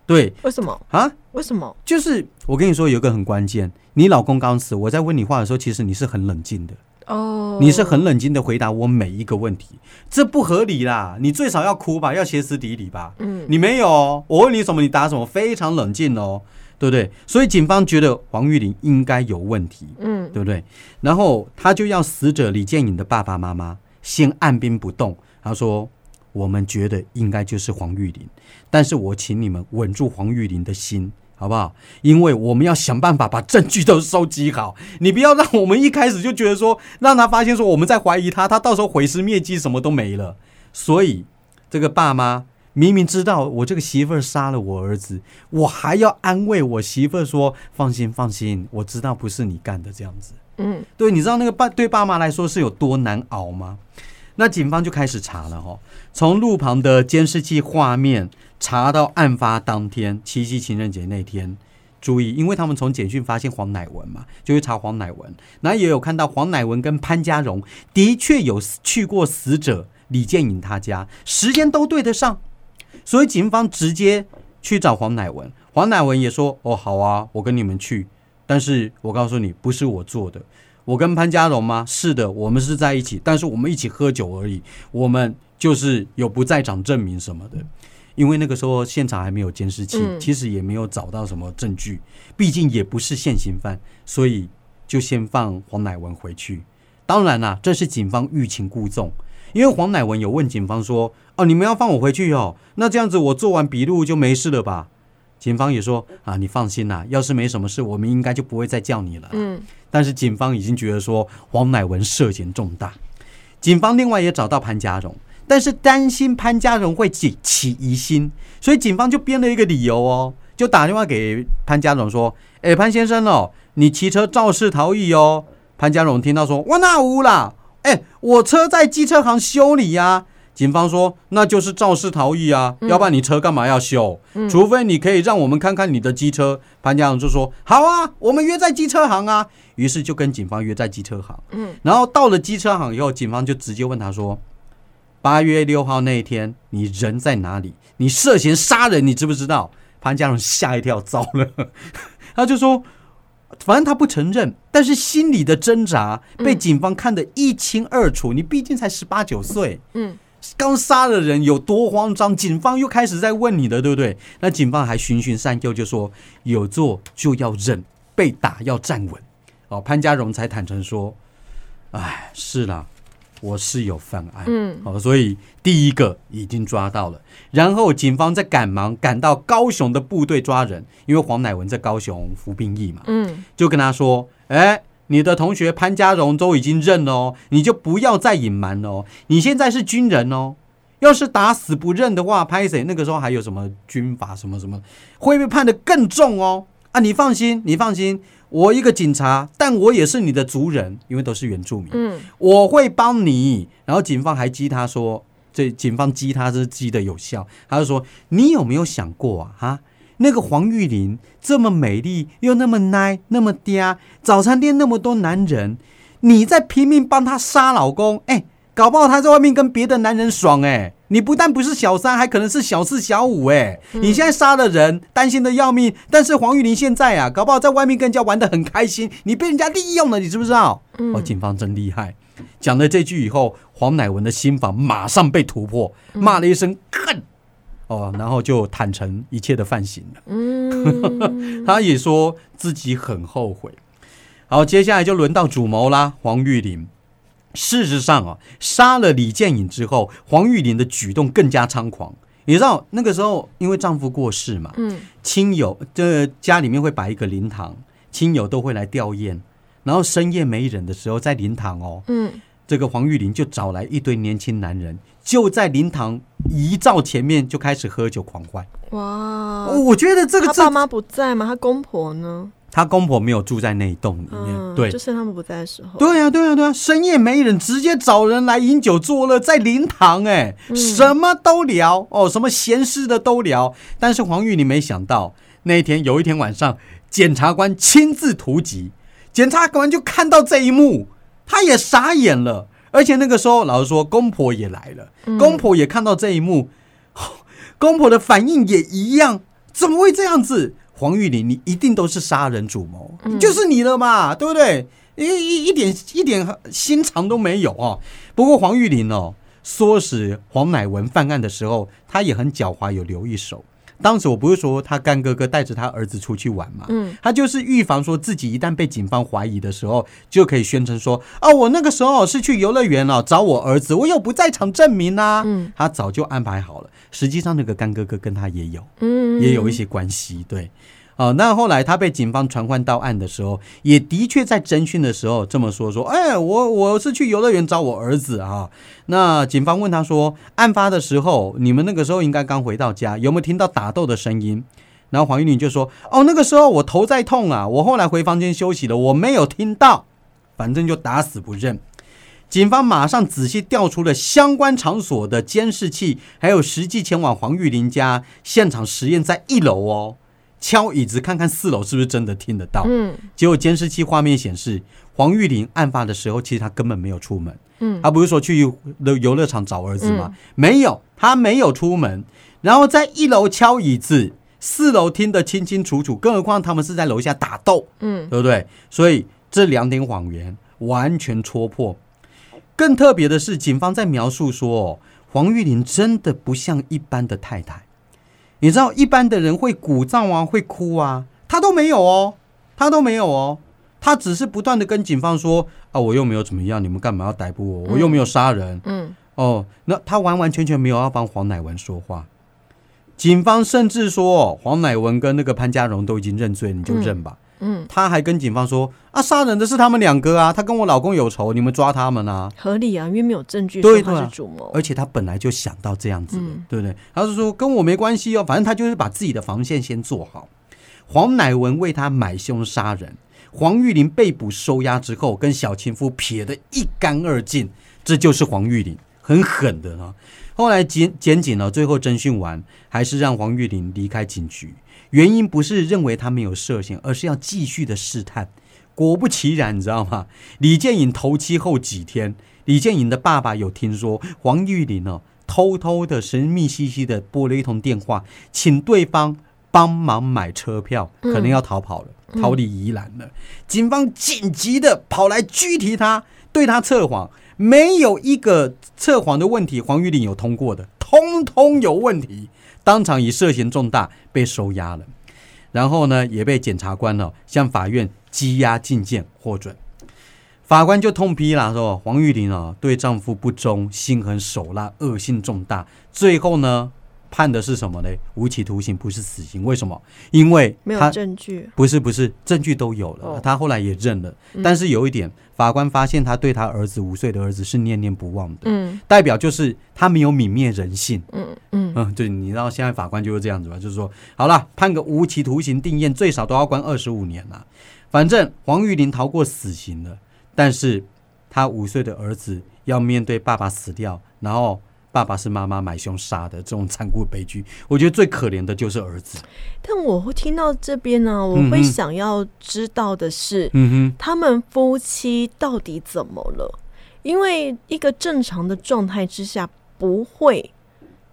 Speaker 1: 对
Speaker 2: 为什么？
Speaker 1: 啊，
Speaker 2: 为什么？
Speaker 1: 就是我跟你说有一个很关键，你老公刚死，我在问你话的时候，其实你是很冷静的，
Speaker 2: 哦，
Speaker 1: 你是很冷静的回答我每一个问题，这不合理啦，你最少要哭吧，要歇斯底里吧，
Speaker 2: 嗯
Speaker 1: 你没有哦，我问你什么你答什么，非常冷静哦，对不对？所以警方觉得黄玉玲应该有问题，
Speaker 2: 嗯，
Speaker 1: 对不对？然后他就要死者李建颖的爸爸妈妈先按兵不动，他说：“我们觉得应该就是黄玉玲，但是我请你们稳住黄玉玲的心。”好不好？因为我们要想办法把证据都收集好，你不要让我们一开始就觉得说，让他发现说我们在怀疑他，他到时候毁尸灭迹，什么都没了。所以这个爸妈明明知道我这个媳妇儿杀了我儿子，我还要安慰我媳妇儿说：“放心，放心，我知道不是你干的。”这样子，
Speaker 2: 嗯，
Speaker 1: 对，你知道那个爸对爸妈来说是有多难熬吗？那警方就开始查了哈、从路旁的监视器画面查到案发当天，七夕情人节那天。注意，因为他们从简讯发现黄乃文嘛，就会查黄乃文，然后也有看到黄乃文跟潘家荣的确有去过死者李建颖他家，时间都对得上，所以警方直接去找黄乃文，黄乃文也说：“哦，好啊，我跟你们去，但是我告诉你，不是我做的。我跟潘家荣吗？是的，我们是在一起，但是我们一起喝酒而已，我们就是有不在场证明什么的。因为那个时候现场还没有监视器，
Speaker 2: 嗯
Speaker 1: 其实也没有找到什么证据，毕竟也不是现行犯，所以就先放黄乃文回去。当然啦、这是警方欲擒故纵，因为黄乃文有问警方说：“哦，你们要放我回去哦，那这样子我做完笔录就没事了吧？”警方也说：“啊，你放心啦、要是没什么事，我们应该就不会再叫你了。”
Speaker 2: 嗯，
Speaker 1: 但是警方已经觉得说黄乃文涉嫌重大，警方另外也找到潘家荣，但是担心潘家荣会起起疑心，所以警方就编了一个理由哦，就打电话给潘家荣说：“哎，潘先生哦，你骑车肇事逃逸哦。”潘家荣听到说：“我哪屋啦？哎，我车在机车行修理呀、警方说：“那就是肇事逃逸啊，要不然你车干嘛要修？除非你可以让我们看看你的机车。”潘家荣就说：“好啊，我们约在机车行啊。”于是就跟警方约在机车行。
Speaker 2: 嗯，
Speaker 1: 然后到了机车行以后，警方就直接问他说：“八月六号那一天，你人在哪里？你涉嫌杀人，你知不知道？”潘家荣吓一跳，糟了， [laughs] 他就说：“反正他不承认，但是心里的挣扎被警方看得一清二楚。你毕竟才十八九岁，
Speaker 2: 嗯，
Speaker 1: 刚杀了人有多慌张，警方又开始在问你了，对不对？那警方还循循善诱，就说有做就要忍，被打要站稳。哦，潘家荣才坦诚说：“哎，是啦，我是有犯案。”
Speaker 2: 嗯，
Speaker 1: 哦，所以第一个已经抓到了，然后警方在赶忙赶到高雄的部队抓人，因为黄乃文在高雄服兵役嘛，
Speaker 2: 嗯，
Speaker 1: 就跟他说：“哎，你的同学潘家荣都已经认了哦，你就不要再隐瞒了哦，你现在是军人哦。”要是打死不认的话，拍谁？那个时候还有什么军法什么什么，会被判得更重哦。啊，你放心，你放心，我一个警察，但我也是你的族人，因为都是原住民。
Speaker 2: 嗯，
Speaker 1: 我会帮你。然后警方还激他说，这警方激他是激的有效，他就说你有没有想过啊？哈，那个黄玉玲这么美丽，又那么奶，那么嗲，早餐店那么多男人，你在拼命帮她杀老公，哎、搞不好她在外面跟别的男人爽、哎。你不但不是小三，还可能是小四、小五哎、你现在杀了人，担心的要命。但是黄玉玲现在啊，搞不好在外面跟人家玩的很开心，你被人家利用了，你知不知道？哦，警方真厉害。讲了这句以后，黄乃文的心房马上被突破，骂了一声“干”，哦，然后就坦诚一切的犯行了。嗯，他也说自己很后悔。好，接下来就轮到主谋啦，黄玉玲。事实上啊，杀了李建颖之后，黄玉玲的举动更加猖狂。你知道那个时候，因为丈夫过世嘛，
Speaker 2: 嗯，
Speaker 1: 亲友这家里面会摆一个灵堂，亲友都会来吊唁。然后深夜没人的时候，在灵堂哦，
Speaker 2: 嗯，
Speaker 1: 这个黄玉玲就找来一堆年轻男人，就在灵堂遗照前面就开始喝酒狂欢。
Speaker 2: 哇，
Speaker 1: 哦我觉得这个
Speaker 2: 他
Speaker 1: 这
Speaker 2: 爸妈不在吗？他公婆呢？
Speaker 1: 他公婆没有住在那一栋里面，
Speaker 2: 嗯，
Speaker 1: 对
Speaker 2: 就，是他们不在的时候，
Speaker 1: 对呀、对呀、对呀、深夜没人，直接找人来饮酒作乐，在灵堂哎、什么都聊哦，什么闲事的都聊。但是黄玉玲没想到，那一天有一天晚上，检察官亲自突击，检察官就看到这一幕，他也傻眼了。而且那个时候，老实说，公婆也来了，公婆也看到这一幕，公婆的反应也一样，怎么会这样子？黄玉玲，你一定都是杀人主谋，就是你了嘛，对不对？一一一点一点心肠都没有哦。不过黄玉玲哦，唆使黄乃文犯案的时候，他也很狡猾，有留一手。当时我不是说他干哥哥带着他儿子出去玩嘛，
Speaker 2: 嗯
Speaker 1: 他就是预防说自己一旦被警方怀疑的时候，就可以宣称说啊，我那个时候是去游乐园哦，找我儿子，我有不在场证明呐、
Speaker 2: 嗯
Speaker 1: 他早就安排好了。实际上，那个干哥哥跟他也有。
Speaker 2: 嗯
Speaker 1: 也有一些关系，对。哦，那后来他被警方传唤到案的时候，也的确在侦讯的时候这么说说，哎，我我是去游乐园找我儿子啊。那警方问他说，案发的时候你们那个时候应该刚回到家，有没有听到打斗的声音？然后黄玉玲就说，哦，那个时候我头在痛啊，我后来回房间休息了，我没有听到，反正就打死不认。警方马上仔细调出了相关场所的监视器，还有实际前往黄玉玲家现场实验，在一楼哦，敲椅子看看四楼是不是真的听得到。
Speaker 2: 嗯
Speaker 1: 结果监视器画面显示，黄玉玲案发的时候，其实她根本没有出门。
Speaker 2: 嗯
Speaker 1: 他不是说去游游乐场找儿子吗？没有，他没有出门，然后在一楼敲椅子，四楼听得清清楚楚，更何况他们是在楼下打斗。
Speaker 2: 嗯
Speaker 1: 对不对？所以这两点谎言完全戳破。更特别的是，警方在描述说，哦黄玉玲真的不像一般的太太。你知道，一般的人会鼓噪啊，会哭啊，她都没有哦，她都没有哦，她只是不断的跟警方说啊，我又没有怎么样，你们干嘛要逮捕我？我又没有杀人。
Speaker 2: 嗯
Speaker 1: 哦，那他完完全全没有要帮黄乃文说话。警方甚至说，黄乃文跟那个潘家荣都已经认罪，你就认吧。
Speaker 2: 嗯，
Speaker 1: 他还跟警方说啊，杀人的是他们两个啊，他跟我老公有仇，你们抓他们啊。
Speaker 2: 合理啊，因为没有证据
Speaker 1: 对
Speaker 2: 说
Speaker 1: 对啊
Speaker 2: 他是主谋。
Speaker 1: 而且他本来就想到这样子的，
Speaker 2: 嗯
Speaker 1: 对不对？他是说跟我没关系哦，反正他就是把自己的防线先做好。黄乃文为他买凶杀人，黄玉玲被捕收押之后，跟小情夫撇得一干二净，这就是黄玉玲，很狠的啊。后来检检警呢，最后侦讯完，还是让黄玉玲离开警局。原因不是认为他没有涉嫌，而是要继续的试探。果不其然，你知道吗？李建颖头七后几天，李建颖的爸爸有听说黄玉玲哦，偷偷的神秘兮兮的拨了一通电话，请对方帮忙买车票，可能要逃跑了，逃离宜兰了。警方紧急的跑来拘提他，对他测谎，没有一个测谎的问题黄玉玲有通过的，通通有问题，当场以涉嫌重大被收押了。然后呢，也被检察官呢、哦向法院羁押禁见获准。法官就痛批啦，说黄玉玲啊对丈夫不忠，心狠手辣，恶性重大。最后呢，判的是什么呢？无期徒刑，不是死刑。为什么？因为
Speaker 2: 没有
Speaker 1: 他
Speaker 2: 证据，
Speaker 1: 不是不是，证据都有了，
Speaker 2: 哦嗯
Speaker 1: 他后来也认了。但是有一点，法官发现他对他儿子五岁的儿子是念念不忘的，
Speaker 2: 嗯
Speaker 1: 代表就是他没有泯灭人性。
Speaker 2: 嗯嗯
Speaker 1: 嗯，对，你知道现在法官就是这样子吧？就是说，好了，判个无期徒刑定谳，最少都要关二十五年啦。反正黄玉玲逃过死刑了，但是她五岁的儿子要面对爸爸死掉，然后爸爸是妈妈买凶杀的这种残酷悲剧，我觉得最可怜的就是儿子。
Speaker 2: 但我会听到这边呢、我
Speaker 1: 嗯
Speaker 2: 会
Speaker 1: 哼
Speaker 2: 想要知道的是，
Speaker 1: 嗯
Speaker 2: 他们夫妻到底怎么了？因为一个正常的状态之下不会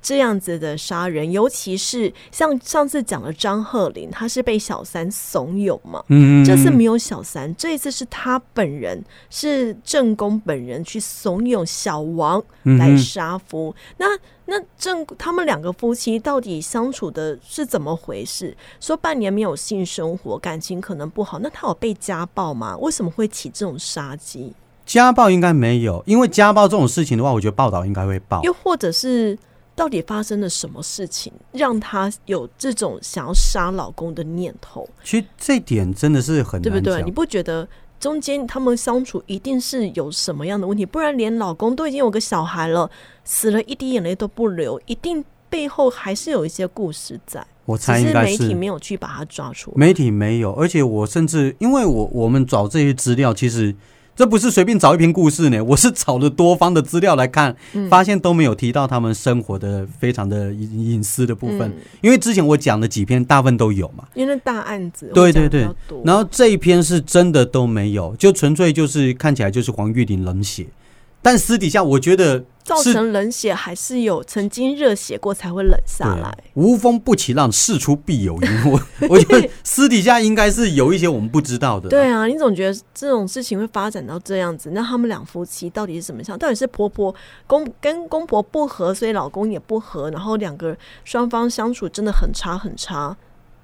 Speaker 2: 这样子的杀人，尤其是像上次讲的张鹤龄，他是被小三怂恿嘛。
Speaker 1: 哼，嗯
Speaker 2: 这次没有小三，这一次是他本人，是正宫本人去怂恿小王来杀夫。那那正他们两个夫妻到底相处的是怎么回事？说半年没有性生活，感情可能不好，那他有被家暴吗？为什么会起这种杀机？
Speaker 1: 家暴应该没有，因为家暴这种事情的话，我觉得报道应该会报。
Speaker 2: 又或者是到底发生了什么事情，让他有这种想要杀老公的念头？
Speaker 1: 其实这点真的是很
Speaker 2: 对不
Speaker 1: 难
Speaker 2: 对？
Speaker 1: 讲
Speaker 2: 你。不觉得中间他们相处一定是有什么样的问题？不然连老公都已经有个小孩了，死了一滴眼泪都不流，一定背后还是有一些故事在，
Speaker 1: 我
Speaker 2: 只
Speaker 1: 猜应
Speaker 2: 是
Speaker 1: 该
Speaker 2: 媒
Speaker 1: 是
Speaker 2: 体没有去把它抓出来。
Speaker 1: 媒体没有，而且我甚至因为我我们找这些资料，其实这不是随便找一篇故事呢， [laughs] 我是找了多方的资料来看，
Speaker 2: 嗯
Speaker 1: 发现都没有提到他们生活的非常的隐隐私的部分。
Speaker 2: 嗯
Speaker 1: 因为之前我讲的几篇大部分都有嘛，
Speaker 2: 因为那大案子
Speaker 1: 对
Speaker 2: 会讲
Speaker 1: 对
Speaker 2: 得比
Speaker 1: 对
Speaker 2: 较多，
Speaker 1: 然后这一篇是真的都没有，就纯粹就是看起来就是黄玉玲冷血。但私底下我觉得
Speaker 2: 造
Speaker 1: 是
Speaker 2: 成冷血还是有曾经热血过才会冷
Speaker 1: 对
Speaker 2: 下
Speaker 1: 啊
Speaker 2: 来。
Speaker 1: 无风不起浪，事出必有因。我 [laughs] 我觉得私底下应该是有一些我们不知道的。
Speaker 2: 对啊，你总觉得这种事情会发展到这样子，那他们两夫妻到底是什么样？到底是婆婆公跟公婆不和，所以老公也不和，然后两个双方相处真的很差很差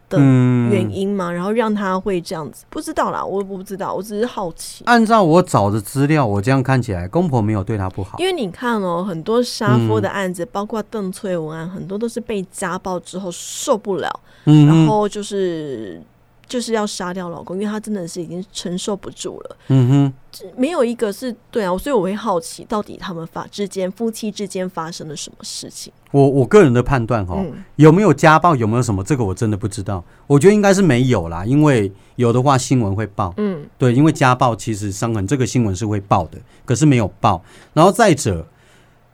Speaker 2: 的
Speaker 1: 嗯
Speaker 2: 原因吗？然后让他会这样子？不知道啦，我我不知道，我只是好奇。
Speaker 1: 按照我找的资料，我这样看起来，公婆没有对他不好嗯
Speaker 2: 因。为你看哦，很多杀夫的案子，包括邓翠文案，很多都是被家暴之后受不了，
Speaker 1: 嗯
Speaker 2: 然
Speaker 1: 哼，
Speaker 2: 后就是就是要杀掉老公，因为她真的是已经承受不住了。
Speaker 1: 嗯哼，
Speaker 2: 没有一个是对啊，所以我会好奇，到底他们发之间夫妻之间发生了什么事情？
Speaker 1: 我我个人的判断哈、
Speaker 2: 嗯，
Speaker 1: 有没有家暴，有没有什么，这个我真的不知道。我觉得应该是没有啦，因为有的话新闻会报。
Speaker 2: 嗯，
Speaker 1: 对，因为家暴其实伤痕这个新闻是会报的，可是没有报。然后再者，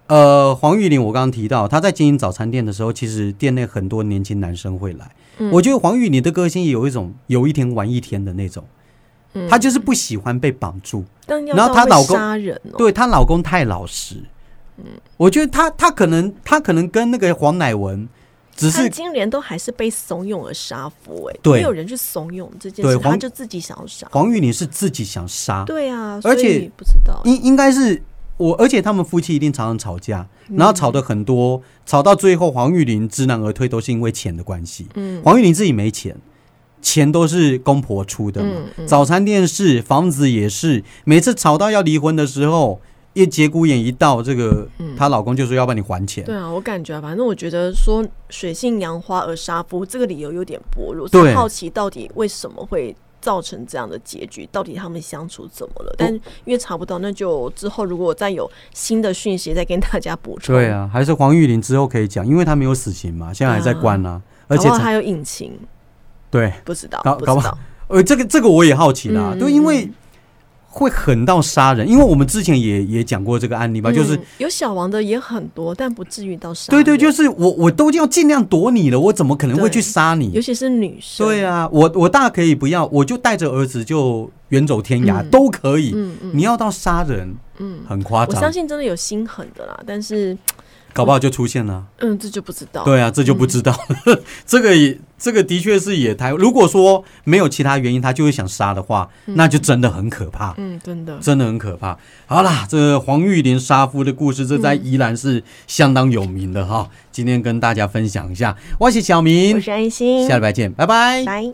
Speaker 1: 呃，黄玉玲我刚刚提到，她在经营早餐店的时候，其实店内很多年轻男生会来。
Speaker 2: 嗯
Speaker 1: 我觉得黄玉玲的个性也有一种有一天玩一天的那种，
Speaker 2: 嗯
Speaker 1: 她就是不喜欢被绑住。
Speaker 2: 但要
Speaker 1: 然后她
Speaker 2: 到会
Speaker 1: 老公
Speaker 2: 杀人哦，
Speaker 1: 对她老公太老实，我觉得她她可能她可能跟那个黄乃文只
Speaker 2: 潘
Speaker 1: 是
Speaker 2: 金莲都还是被怂恿而杀夫、哎，
Speaker 1: 对
Speaker 2: 没有人去怂恿这件
Speaker 1: 对
Speaker 2: 事，他
Speaker 1: 黄
Speaker 2: 就自己想要杀，
Speaker 1: 黄玉玲是自己想杀，
Speaker 2: 对啊，
Speaker 1: 而且
Speaker 2: 所以不知道，
Speaker 1: 应应该是我，而且他们夫妻一定常常吵架，
Speaker 2: 嗯
Speaker 1: 然后吵得很多，吵到最后黄玉玲知难而退，都是因为钱的关系。
Speaker 2: 嗯
Speaker 1: 黄玉玲自己没钱，钱都是公婆出的嘛，
Speaker 2: 嗯嗯
Speaker 1: 早餐店是，房子也是，每次吵到要离婚的时候，一节骨眼一到，这个
Speaker 2: 嗯
Speaker 1: 她、老公就说要帮你还钱。
Speaker 2: 对啊，我感觉啊，反正我觉得说水性杨花而杀夫这个理由有点薄弱，所以
Speaker 1: 对
Speaker 2: 好奇到底为什么会造成这样的结局，到底他们相处怎么了？但因为查不到，那就之后如果我再有新的讯息再跟大家补充。
Speaker 1: 对，啊，还是黄玉玲之后可以讲，因为她没有死刑嘛，现在还在关啊，而
Speaker 2: 搞
Speaker 1: 且
Speaker 2: 不好
Speaker 1: 才
Speaker 2: 还有隐情，
Speaker 1: 对，
Speaker 2: 不知道，
Speaker 1: 搞
Speaker 2: 不知
Speaker 1: 搞不
Speaker 2: 道。
Speaker 1: 呃，这个这个我也好奇啦，
Speaker 2: 嗯
Speaker 1: 对，因为会狠到杀人，因为我们之前也也讲过这个案例吧，就是
Speaker 2: 嗯有小王的也很多，但不至于到杀
Speaker 1: 对
Speaker 2: 人。
Speaker 1: 对，就是我我都要尽量躲你了，我怎么可能会去
Speaker 2: 对
Speaker 1: 杀
Speaker 2: 尤
Speaker 1: 你？
Speaker 2: 其是女生。
Speaker 1: 对啊，我我大可以不要，我就带着儿子就远走天涯、
Speaker 2: 嗯
Speaker 1: 都可以。
Speaker 2: 嗯嗯
Speaker 1: 你要到杀人
Speaker 2: 嗯，
Speaker 1: 很夸
Speaker 2: 我相
Speaker 1: 张，
Speaker 2: 信真的有心狠的啦，但是
Speaker 1: 搞不好就出现了。
Speaker 2: 嗯，这就不知道。
Speaker 1: 对啊，这就不知道， [laughs] 这个也这个的确是也太。如果说没有其他原因，他就会想杀的话，那就真的很可怕。
Speaker 2: 嗯，真的。
Speaker 1: 真的很可怕。好啦，这个黄玉玲杀夫的故事，这在宜兰是相当有名的哈。今天跟大家分享一下，我是小
Speaker 2: 我
Speaker 1: 明，
Speaker 2: 是安心，
Speaker 1: 下礼拜见，拜拜。
Speaker 2: 拜。